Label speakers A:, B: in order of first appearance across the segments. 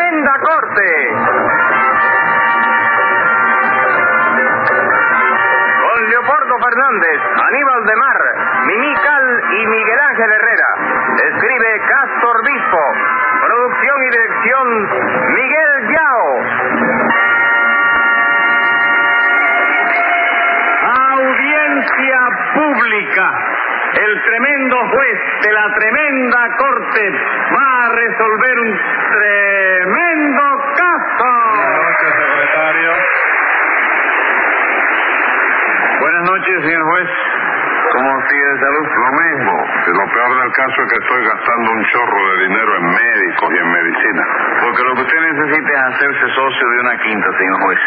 A: corte. Con Leopoldo Fernández, Aníbal de Mar, Mimi Cal y Miguel Ángel Herrera. Escribe Castor Bispo. Producción y dirección Miguel Yao.
B: Audiencia pública. El tremendo juez de la tremenda corte va a resolver un tremendo caso.
C: secretario. Buenas noches, señor juez. ¿Cómo sigue de salud? Lo mismo. Y Lo peor del caso es que estoy gastando un chorro de dinero en médicos y en medicina.
D: Porque lo que usted necesita es hacerse socio de una quinta, señor juez.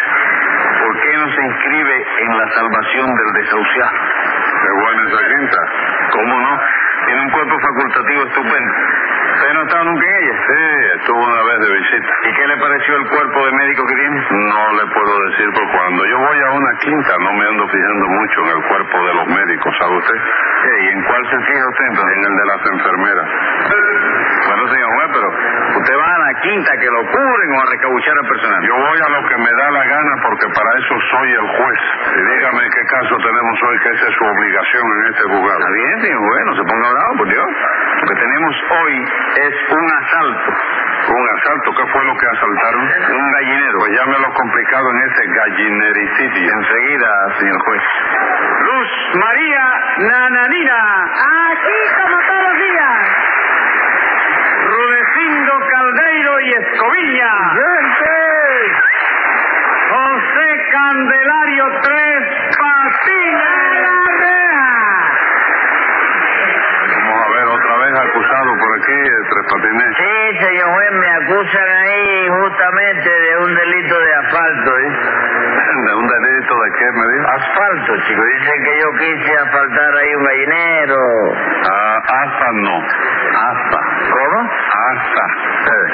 D: ¿Por qué no se inscribe en la salvación del desahuciado?
C: ¿Es buena esa quinta?
D: ¿Cómo no? Tiene un cuerpo facultativo estupendo. ¿Usted no ha estado nunca en ella?
C: Sí, estuvo una vez de visita.
D: ¿Y qué le pareció el cuerpo de médico que tiene?
C: No le puedo decir, porque cuando yo voy a una quinta no me ando fijando mucho en el cuerpo de los médicos, ¿sabe usted?
D: ¿Y en cuál se fija usted entonces?
C: En el de las enfermeras.
D: Bueno, señor juez, pero usted va a la quinta que lo cubren o a recabuchar al personal.
C: Yo voy a lo que me da la gana porque para eso soy el juez. Y dígame qué caso tenemos hoy, que esa es su obligación en este juzgado.
D: Está bien, señor juez, no se ponga bravo, por Dios. Lo que tenemos hoy es un asalto.
C: Un asalto, ¿qué fue lo que asaltaron?
D: Un gallinero.
C: Pues ya me lo complicado en ese gallinericidio.
D: Enseguida, señor juez.
B: Luz María Nananina.
E: Aquí como todos los días.
B: Rudecindo Caldeiro y Escobilla. José Candelario Tres Patines.
C: Vamos a ver, otra vez acusado por aquí, eh, Tres Patines.
D: Sí, señor juez, me acusan ahí justamente de un delito de asfalto, ¿eh?
C: ¿De un delito de qué me dijo?
D: Asfalto, chico. Dicen que yo quise asfaltar ahí un gallinero.
C: Ah, hasta no. Hasta.
D: ¿Cómo?
C: Hasta.
D: Eh.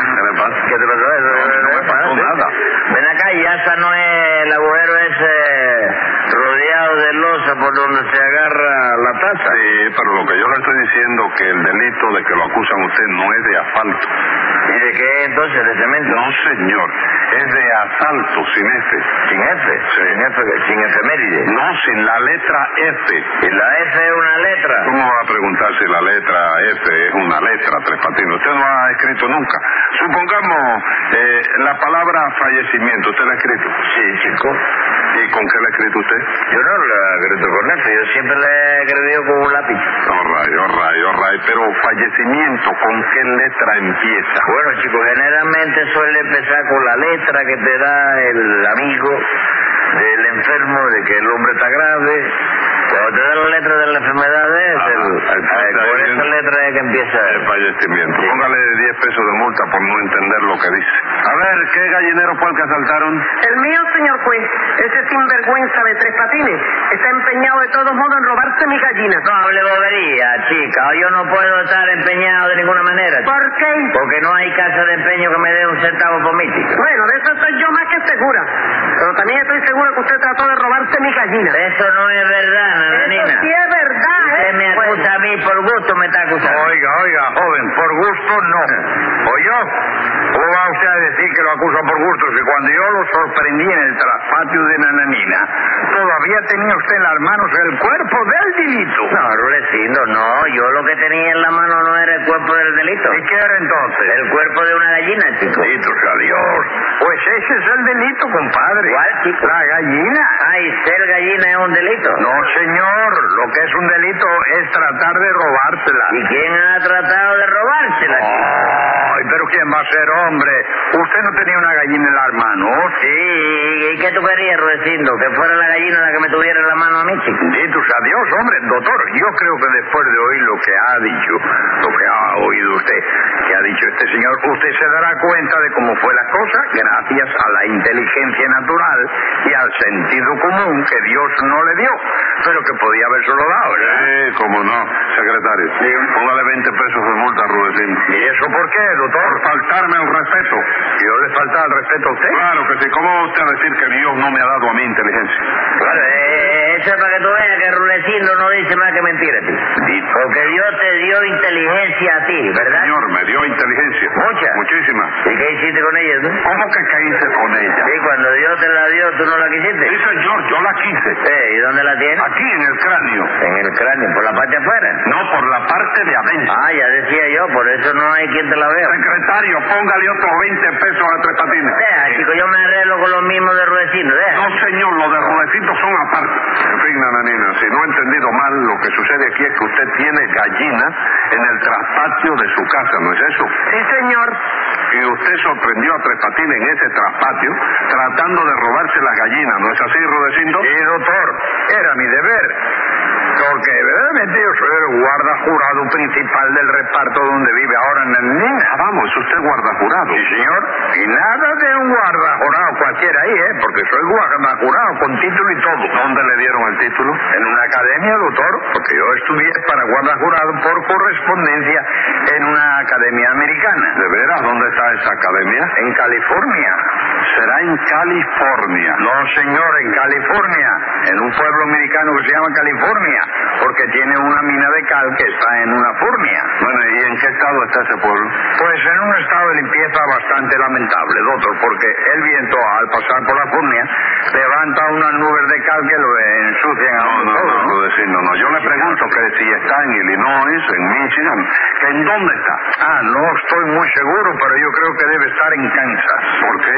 C: ¿Qué le pasa?
D: ¿Qué te pasó eso?
C: No me pasó nada.
D: ¿eh? Ven acá, y asa no es el agujero ese rodeado de losa por donde se agarra la taza.
C: Sí, pero lo que yo le estoy diciendo que el delito de que lo acusan usted no es de asfalto.
D: ¿Y de qué es entonces? ¿De cemento?
C: No, señor. Es de asalto sin este.
D: ¿Sin F?
C: Sí.
D: ¿Sin F? ¿Sin efeméride?
C: No, sin la letra F.
D: ¿Y la F es una letra?
C: ¿Cómo va a preguntar si la letra F es una letra, Tres Patines? Usted no ha escrito nunca. Supongamos eh, la palabra fallecimiento, ¿usted la ha escrito?
D: Sí, chico.
C: ¿Y con qué la ha escrito usted?
D: Yo no la acredito con F, yo siempre la he agredido con un lápiz.
C: Oh, ray, oh, ray, oh, ray. Pero fallecimiento, ¿con qué letra empieza?
D: Bueno, chicos, generalmente suele empezar con la letra que te da el amigo del enfermo de que el hombre está grave. Cuando te da la letra de la enfermedad de él,
C: Ajá.
D: el- eh, con esa letra es que empieza.
C: El fallecimiento. Póngale 10 pesos de multa por no entender lo que dice. Ah, A ver, ¿qué gallinero fue el que asaltaron?
E: El mío, señor juez, ese sinvergüenza de tres patines, está empeñado de todos modos en robarse mi gallina.
D: No hable bobería, chica. Yo no puedo estar empeñado de ninguna manera.
E: ¿Por qué?
D: Porque no hay casa de empeño que me dé un centavo por mítica.
E: Bueno, de eso estoy yo más que segura. Pero también estoy segura que usted trató de robarse mi gallina.
D: Eso no es verdad, nananina.
E: Eso sí es verdad, ¿eh?
D: Eh, Usted me acusa a mí por gusto, me está acusando.
F: Oiga, oiga, joven, por gusto no. ¿Oyó? ¿Cómo va usted a decir que lo acusa por gusto? Si cuando yo lo sorprendí en el traspatio de Nananina, todavía tenía usted en las manos el cuerpo del delito.
D: No, Rudecindo, no. Yo lo que tenía en la mano no era el cuerpo del delito.
F: ¿Y qué era entonces?
D: El cuerpo de una gallina, chico.
F: Bendito sea Dios. Pues ese es el delito, compadre.
D: ¿Cuál, chico?
F: La gallina.
D: Ay, ser gallina es un delito.
F: No, señor. Lo que es un delito es tratar de robársela.
D: ¿Y quién ha tratado de robársela, chico?
F: Ay, pero ¿quién va a ser hombre? Usted no tenía una gallina en las manos.
D: Sí, ¿y qué tú querías, Rudecindo? Que fuera la gallina la que me tuviera en la mano a mí, chico.
F: Bendito sea Dios, hombre, doctor. Yo creo que después de oír lo que ha dicho, lo que ha oído usted, que ha dicho este señor, usted se dará cuenta de cómo fue la cosa gracias a la inteligencia natural y al sentido común que Dios no le dio, pero que podía habérselo dado. ¿verdad?
C: Sí, cómo no, secretario. Póngale 20 pesos de multa, Rudecindo.
F: ¿Y eso por qué, doctor?
C: Por faltarme el respeto.
F: Yo le faltaba el respeto a usted.
C: Claro que sí. ¿Cómo va usted a decir que Dios no me ha dado a mí inteligencia?
D: Claro, eh, eso es para que tú veas que Rudecindo no dice más que mentiras, chico.
F: Bendito.
D: Porque Dios te dio inteligencia a ti, ¿verdad?
C: Señor, me dio demasiada inteligencia.
D: Muchas.
C: Muchísimas.
D: ¿Y qué hiciste con ella, tú?
C: ¿Cómo que qué hice con ella?
D: Sí, cuando Dios te la dio, ¿tú no la quisiste?
C: Sí, señor, yo la quise.
D: Eh, ¿Y dónde la tienes?
C: Aquí en el cráneo.
D: En el cráneo, por la parte afuera.
C: No, por la parte de adentro. Ah,
D: Ah, ya decía yo, por eso no hay quien te la vea.
C: Secretario, póngale otros 20 pesos a Tres Patines.
D: Deja, chico, yo me arreglo con los mismos de Ruecino,
C: No,
D: deja.
C: señor, los de Rudecitos son aparte. En fin, nananina, si no he entendido mal, lo que sucede aquí es que usted tiene gallina en el traspatio de su casa, ¿no es eso?
E: Sí, señor.
C: Y usted sorprendió a Tres Patines en ese traspatio tratando de robarse las gallinas, ¿no es así, Rudecindo?
F: Sí, doctor, era mi deber. Porque verdaderamente yo soy el guarda jurado principal del reparto donde vive ahora en el NINA.
C: Ah, vamos, usted guarda jurado.
F: Sí, señor. Y nada de un guarda jurado cualquiera ahí, ¿eh? Porque soy guarda jurado con título y todo.
C: ¿Dónde le dieron el título?
F: En una academia, doctor, porque yo estudié para guarda jurado por correspondencia en una academia americana.
C: ¿De veras? ¿Dónde está esa academia?
F: En California.
C: Será en California.
F: No, señor, en California, en un pueblo americano que se llama California, porque tiene una mina de cal que está en una furnia.
C: Bueno, ¿y en qué estado está ese pueblo?
F: Pues en un estado de limpieza bastante lamentable, doctor, porque el viento al pasar por la furnia levanta unas nubes de cal que lo ensucian a uno.
C: No,
F: todo,
C: no, Rudecindo, no. Yo le pregunto que si está en Illinois, en Michigan, que en dónde está.
F: Ah, no estoy muy seguro, pero yo creo que debe estar en Kansas.
C: ¿Por qué?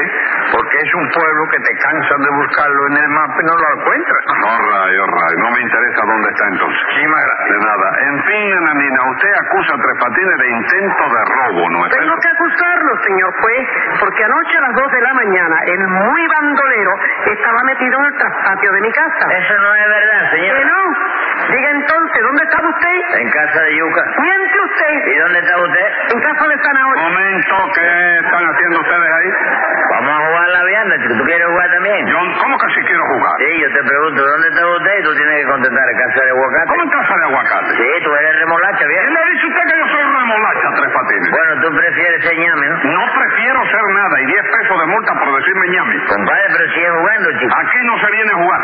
F: Porque es un pueblo que te cansas de buscarlo en el mapa y no lo encuentras.
C: No, ray, oh, ray, no me interesa dónde está entonces.
F: Muchísimas
C: De
F: gracias.
C: nada. En fin, Nanina, usted acusa a Tres Patines de intento de robo, ¿no es
E: Tengo
C: eso?
E: que acusarlo, señor juez, porque anoche a las dos de la mañana el muy bandolero estaba metido en el traspatio de mi casa.
D: Eso no es verdad, señor.
E: Que no. Diga entonces, ¿dónde estaba usted?
D: En casa de Yuca.
E: Miente usted.
D: ¿Y dónde está usted?
E: En casa de Zanahoria.
C: Momento, ¿qué están haciendo ustedes ahí?
D: Vamos a jugar la vianda, chico. ¿Tú quieres jugar también?
C: Yo, ¿cómo que si quiero jugar?
F: Eh,
D: Sí, yo te pregunto, ¿dónde está usted? Y tú tienes que contestar, ¿en casa de aguacate?
C: ¿Cómo en casa de aguacate?
D: Sí, tú eres remolacha,
C: ¿Quién
D: bien.
C: le dice usted que yo soy remolacha, Tres Patines?
D: Bueno, tú prefieres ser ñame, ¿no?
C: No prefiero ser nada y 10 pesos de multa por decirme ñame.
D: Compadre, pero sigue jugando, chico.
C: Aquí no se viene a jugar.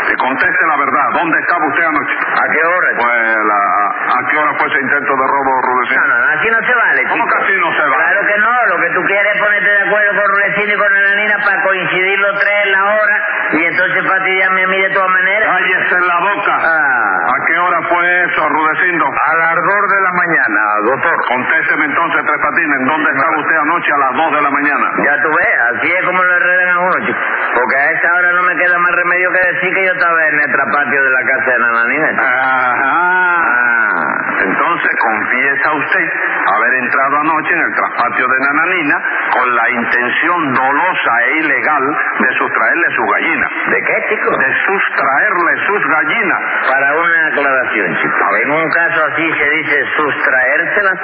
C: Que conteste la verdad. ¿Dónde estaba usted anoche?
D: ¿A qué hora,
C: Pues,
D: chico?
C: ¿a, a qué hora fue ese intento de robo,
D: No,
C: Rudecindo?
D: no, aquí no se vale, chico.
C: ¿Cómo que así no se va?
D: Claro que no, lo que tú quieres es ponerte de acuerdo con Rulecino y con Ananina para coincidir los tres en la hora y entonces fastidiarme a mí de todas maneras.
C: Cállese la boca.
D: Ah.
C: ¿A qué hora fue eso, Rudecindo?
F: Al ardor de la mañana, doctor.
C: Contésteme entonces, Tres Patines, ¿en dónde estaba usted anoche a las 2 de la mañana?
D: Ya tú ves, así es como lo enredan a uno, chico. Porque a esa hora no me queda más remedio que decir que yo estaba en el trapatio de la casa de Nananina, chico.
C: Ajá.
D: Ah.
C: Entonces confiesa usted haber entrado anoche en el traspatio de Nananina con la intención dolosa e ilegal de sustraerle su gallina.
D: ¿De qué, chico?
C: de sustraerle sus gallinas.
D: Para una aclaración, chico. En un caso así se dice sustraérselas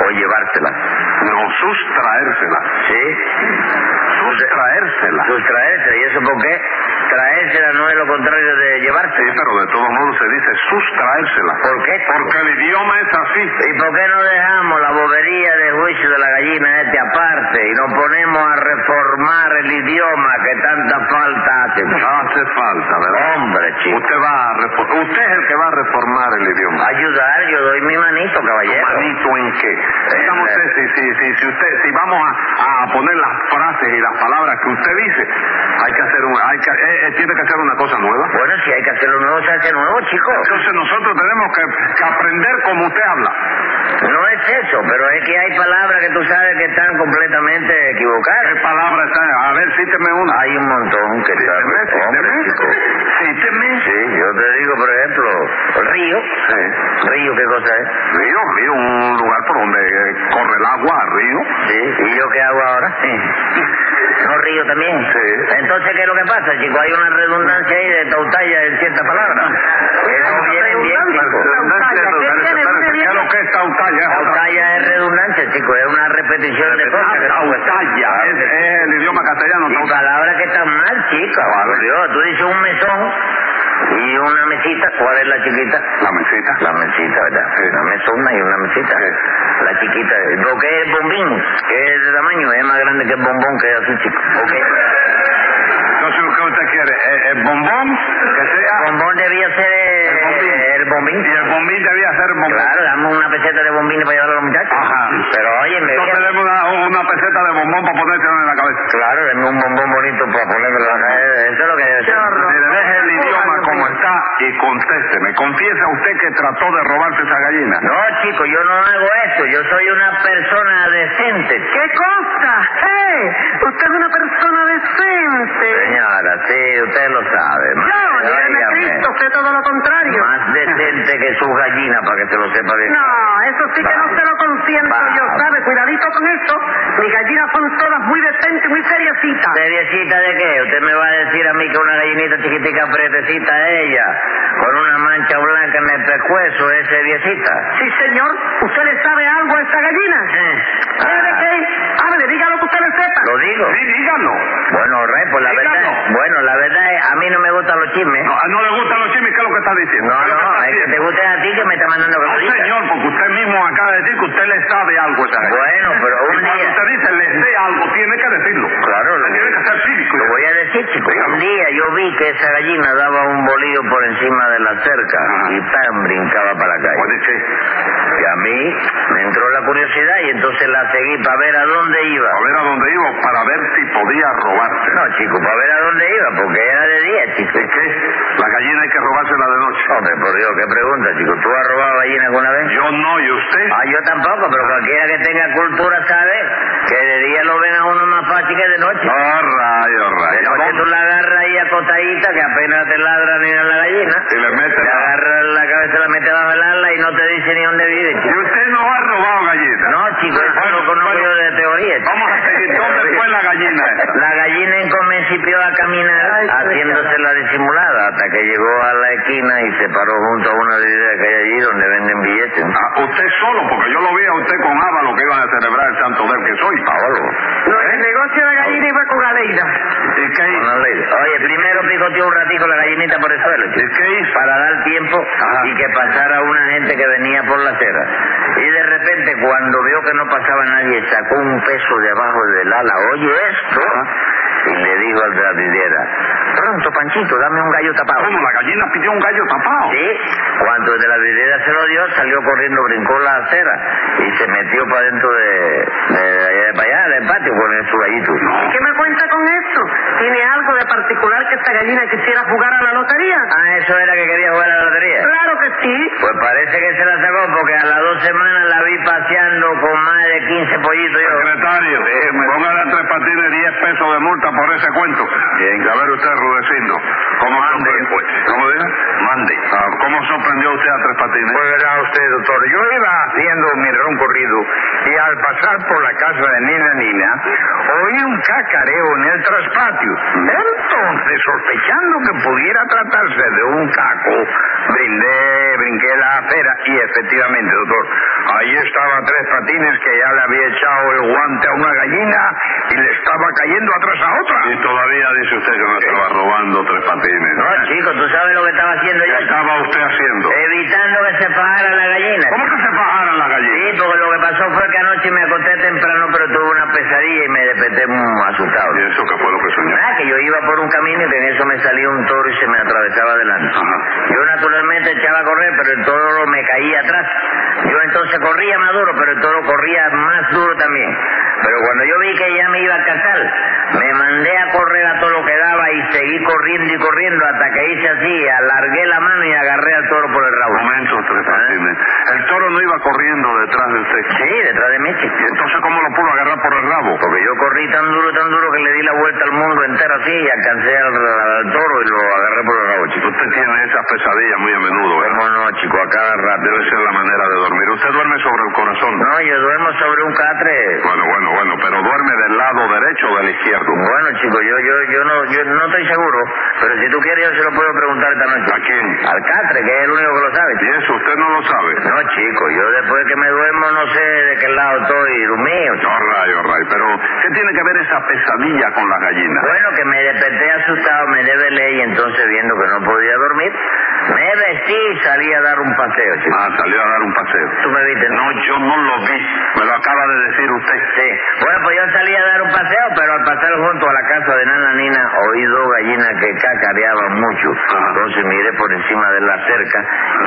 D: o llevárselas.
C: No, sustraérsela.
D: ¿Sí?
C: Sustraérsela.
D: Sustraérsela. ¿Y eso por qué? Traérsela no es lo contrario de
C: Sí,
D: llevársela.
C: pero de todos modos se dice sustraérsela.
D: ¿Por qué?
C: Porque el idioma es así.
D: ¿Y por qué no dejamos la bobería de juicio de la gallina este aparte y nos ponemos a reformar el idioma que tanta falta hace?
C: Hace falta, ¿verdad?
D: Hombre, chico.
C: Usted va a refor- usted es el que va a reformar el idioma.
D: Ayudar, yo doy mi manito, caballero.
C: ¿Manito en qué? Estamos
D: Eh,
C: usted, si, si, si, si usted, si vamos a, a poner las frases y las palabras que usted dice, hay que hacer un, hay que, eh, eh, tiene que hacer una cosa nueva.
D: Bueno, si hay que hacer lo nuevo, se hace nuevo, chico.
C: Entonces nosotros tenemos que, que aprender como usted habla.
D: No es eso, pero es que hay palabras que tú sabes que están completamente
C: ¿Qué
D: equivocadas.
C: palabra está? A ver, cíteme una.
D: Hay un montón que están...
C: Cíteme,
D: Hombre,
C: cíteme.
D: chico.
C: Cíteme.
D: Sí, yo te digo, por ejemplo, río.
C: Sí.
D: ¿Río qué cosa es?
C: Río, río, un lugar por donde eh, corre el agua, río.
D: Sí. ¿Y yo qué hago ahora? ¿No río también?
C: Sí.
D: Entonces, ¿qué es lo que pasa, chico? Hay una redundancia ahí de tautalla en ciertas palabras. Que no vienen bien, chico.
E: Tautalla, ¿qué
C: Espérate,
E: tiene
C: espérate,
E: usted
C: ¿qué es
E: bien?
C: lo que es tautalla? Es otra-
D: Tautalla es redundancia, chico. Es una repetición de
C: Ah,
D: cosas. que no-
C: Tautalla,
D: Ah,
C: es, es el idioma castellano.
D: Y
C: tautalla.
D: palabras que están mal, chica. Por Dios, tú dices un mesón y una mesita. ¿Cuál es la chiquita?
C: La mesita.
D: La mesita, ¿verdad?
C: Sí.
D: Una mesona y una mesita.
C: Sí.
D: La chiquita. Lo que es bombín, que es de tamaño, es más grande que el bombón, que es así, chico. ¿Ok?
C: Entonces, ¿qué usted quiere? ¿El, el bombón? Que sea...
D: El bombón debía ser eh,
C: El bombín.
D: el bombín.
C: Y el bombín debía ser bombón.
D: Claro, dame una una peseta de bombines para llevar a los muchachos.
C: Ajá.
D: Pero oye, me
C: Entonces deme una, una peseta de bombón para ponértelo en la cabeza.
D: Claro, denme un bombón bonito para ponerme la eh, Eso es lo que yo
C: Mire, deje el idioma como está y contésteme. ¿Confiesa usted que trató de robarse esa gallina?
D: No, chico, yo no hago eso. Yo soy una persona decente.
E: ¿Qué cosa? ¡Eh! Usted es una persona decente.
D: Señora, sí, usted lo sabe.
E: No, ni de
D: Óigame,
E: Cristo, usted todo lo contrario.
D: Más decente que su gallina, para que se lo sepa bien.
E: No, eso sí que no se lo consiento
D: Va.
E: yo, ¿sabe? Cuidadito con eso. Mis gallinas son todas muy decentes, y muy seriecitas.
D: ¿Seriecita de qué? Usted me va a decir a mí que una gallinita chiquitica, pretecita ella, con una mancha blanca en el pescuezo, es seriecita.
E: Sí, señor, ¿usted le sabe algo a esa gallina?
D: Eh,
E: ¿Sabe qué? Hable, diga lo que usted le sepa.
D: ¿Lo digo?
C: Sí, dígalo.
D: Bueno, Rey, pues la
C: Dígalo.
D: verdad, bueno, la verdad es, a mí no me gustan los chismes.
C: No, no le gustan los chismes, ¿qué es lo que está diciendo?
D: No,
C: ¿Qué es lo
D: no,
C: que está
D: es que te
C: diciendo?
D: guste a ti que me está mandando
C: No,
D: que
C: señor, porque usted mismo acaba de decir que usted le sabe algo a esa gallina.
D: Bueno, pero
C: Y
D: un
C: cuando
D: día...
C: usted dice le sé algo, tiene que decirlo.
D: Claro, lo
C: Tiene que ser cívico.
D: Lo voy a decir, chico. Un día yo vi que esa gallina daba un bolillo por encima de la cerca y tan brincaba para la calle.
C: Puede ser.
D: Y a mí me entró la curiosidad y entonces la seguí para ver a dónde iba.
C: A ver a dónde iba para ver si podía robarse.
D: No, chico, para ver a dónde iba, porque era de día, chico.
C: ¿Y qué? La gallina hay que robársela de noche.
D: Hombre, por Dios, qué pregunta, chico. ¿Tú has robado gallina alguna vez?
C: Yo no, ¿y usted?
D: Ah, yo tampoco, pero cualquiera que tenga cultura sabe que de día lo ven a uno más fácil que de noche.
C: Ah, rayo,
D: De
C: rayo.
D: noche tú la agarras ahí acotadita, que apenas te ladra ni a la gallina.
C: Si le mete
D: Le
C: la...
D: agarra la cabeza, la mete bajo el ala y no te dice ni dónde vive,
C: Y
D: chico.
C: usted no ha robado gallina.
D: No, chico, eso
C: Bueno,
D: lo conozco
C: bueno.
D: yo de teoría. chico.
C: Vamos a seguir. ¿Dónde fue la gallina esa?
D: La gallina comenzó a caminar
E: Ay, qué
D: haciéndose la disimulada hasta que llegó a la esquina y se paró junto a una vidriera que hay allí donde venden billetes. ¿no?
C: Ah, usted solo, porque yo lo vi a usted con Ávalo que iban a celebrar el santo del que soy. Ávalo.
E: No, el negocio de la gallina iba con Aleida.
C: ¿Y qué
D: Con
C: hizo?
D: la ley. Oye, primero picoteó un ratico la gallinita por el suelo,
C: ¿Y
D: chico,
C: qué hizo?
D: para dar tiempo
C: Ajá.
D: y que pasara una gente que venía por la acera. Y de repente, cuando vio que no pasaba nadie, sacó un peso de abajo del ala. Oye, esto. Y le dijo al de la vidriera, pronto, Panchito, dame un gallo tapado.
C: ¿Cómo? La gallina pidió un gallo tapado.
D: Sí, cuando el de la vidriera se lo dio, salió corriendo, brincó la acera y se metió para dentro de, de, de- para allá, del patio, con el su gallito.
E: ¿Qué me cuenta con eso? ¿Tiene algo de particular que esta gallina quisiera jugar a la lotería?
D: Ah, eso era que quería jugar a la lotería.
E: Claro que sí.
D: Pues parece que se la sacó porque a las dos semanas la vi paseando con más de 15 pollitos yo.
C: Secretario, póngale a tres patines 10 pesos de multa por ese cuento. Bien. A ver usted, Rudecindo, ¿cómo mande?
G: pues.
C: ¿Cómo dijo? Mande. ¿Cómo sorprendió usted a tres patines?
G: Pues verá usted, doctor, yo iba haciendo mi recorrido y al pasar por la casa de Nina Nina, oí un cacareo en el traspatio.
C: Mm.
G: ¿Eh? Entonces, sospechando que pudiera tratarse de un caco, brindé, brinqué la acera y efectivamente, doctor, ahí estaba Tres Patines que ya le había echado el guante a una gallina y le estaba cayendo atrás a otra.
C: Y todavía dice usted que no estaba robando tres patines.
D: No, chico, tú sabes lo que estaba haciendo
C: ¿Qué
D: yo.
C: estaba usted haciendo?
G: Eh.
D: Evitando que se pagara la gallina.
C: ¿Cómo que se bajaran las
D: Sí,
C: gallinas?
D: porque lo que pasó fue que anoche me acosté temprano, pero tuve una pesadilla y me desperté muy asustado.
C: ¿Y eso qué fue lo que soñó?
D: Ah, que yo iba por un camino y que en eso me salía un toro y se me atravesaba delante. Yo naturalmente echaba a correr, pero el toro me caía atrás. Yo entonces corría más duro, pero el toro corría más duro también. Pero cuando yo vi que ya me iba a cazar, me mandé a correr a todo lo que daba y seguí corriendo y corriendo hasta que hice así, alargué la mano y agarré al toro por el rabo. ¿Eh?
C: Momento, tres patines. El toro no iba corriendo detrás de usted.
D: Sí, detrás de mí, chico.
C: ¿Y entonces cómo lo pudo agarrar por el rabo?
D: Porque yo corrí tan duro, tan duro que le di la vuelta al mundo entero así y alcancé al, al toro y lo agarré por el rabo, chico.
C: Usted tiene esas pesadillas muy a menudo, ¿verdad?
D: Duermo no, chico, a cada rato.
C: Debe ser la manera de dormir. Usted duerme sobre el corazón.
D: No, yo duermo sobre un catre.
C: Bueno, bueno, bueno, pero duerme del lado derecho o del izquierdo.
D: Bueno, chico, yo, yo, yo no, yo no estoy seguro, pero si tú quieres yo se lo puedo preguntar esta noche.
C: ¿A quién?
D: Al catre, que es el único que lo sabe.
C: Y
D: chico.
C: eso usted no lo sabe.
D: No, chico, yo después que me duermo no sé de qué lado estoy, dormido.
C: No, rayo, rayo. oh, Pero, ¿qué tiene que ver esa pesadilla con las gallinas?
D: Bueno, que me desperté asustado, me desvelé y entonces viendo que no podía dormir, me vestí y salí a dar un paseo, chico.
C: Ah, salió a dar un paseo.
D: Ah, Tú me viste,
C: No, yo no lo vi. Me lo acaba de decir usted.
D: Sí. Bueno, pues yo salí a dar un paseo, pero al pasar junto a la casa de Nana Nina oí dos gallinas que
C: Ah.
D: cacareaban mucho. Entonces miré por encima de la cerca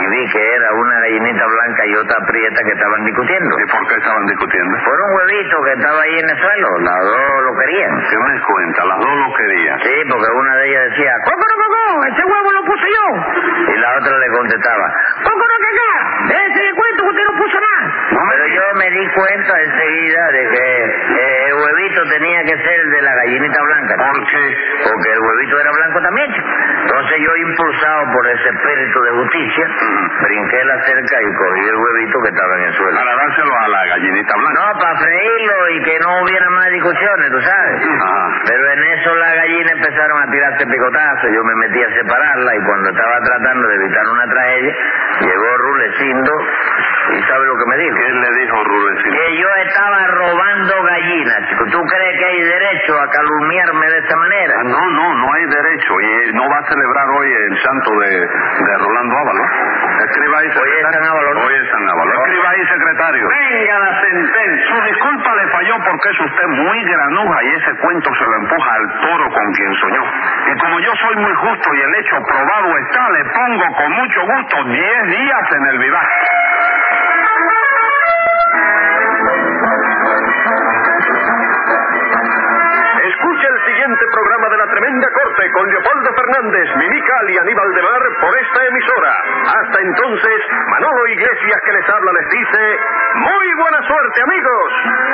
D: y vi que era una gallinita blanca. blanca y otra prieta que estaban discutiendo.
C: ¿Y por qué estaban discutiendo?
D: Por un huevito que estaba ahí en el suelo, las dos lo querían.
C: ¿Qué me cuenta? Las dos lo querían.
D: Sí, porque una de ellas decía, ¡Cócoro, cocó! ¡Ese este huevo lo puse yo! Y la otra le contestaba, ¡Cócoro, cacá! ¡Ese de este cuento que usted no puso nada! Pero yo me di cuenta enseguida de que eh, el huevito tenía que ser el de la gallinita blanca. ¿no?
C: ¿Por qué?
D: Porque el huevito era blanco también. Entonces yo, impulsado por ese espíritu de justicia, brinqué la cerca y cogí el huevito que estaba en el suelo.
C: Para dárselo a la gallinita blanca.
D: No, para freírlo y que no hubiera más discusiones, tú sabes.
C: Ajá.
D: Pero en eso las gallinas empezaron a tirarse picotazos. Yo me metí a separarla y cuando estaba tratando de evitar una tragedia, llegó Rulecindo y ¿sabe lo que me dijo?
C: ¿Qué le dijo Rudecindo?
D: Que yo estaba robando gallinas, chico. ¿Tú crees que hay derecho a calumniarme de esta manera?
C: Ah, no, no, no hay derecho. Y eh, no va a celebrar hoy el santo de, de Rolando Ábalos. Escriba ahí,
D: Hoy es San Ábalos, ¿no?
C: Hoy es San Ábalos. Escriba ahí, secretario. Venga la sentencia. Su disculpa le falló porque es usted muy granuja y ese cuento se lo empuja al toro con quien soñó. Y como yo soy muy justo y el hecho probado está, le pongo con mucho gusto 10 días en el vivaje.
A: Escucha el siguiente programa de La Tremenda Corte con Leopoldo Fernández, Mimical y Aníbal de Mar por esta emisora. Hasta entonces, Manolo Iglesias que les habla les dice, muy buena suerte amigos.